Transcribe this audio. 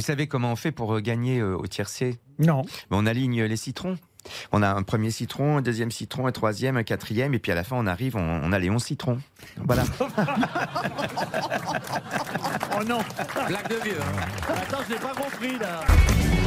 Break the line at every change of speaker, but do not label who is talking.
savez comment on fait pour gagner euh, au tiercé
Non.
Ben, On aligne les citrons. On a un premier citron, un deuxième citron, un troisième, un quatrième, et puis à la fin, on arrive, on, on a les 11 citrons. Voilà.
Oh non
Blague de vieux. Attends, je l'ai pas compris là.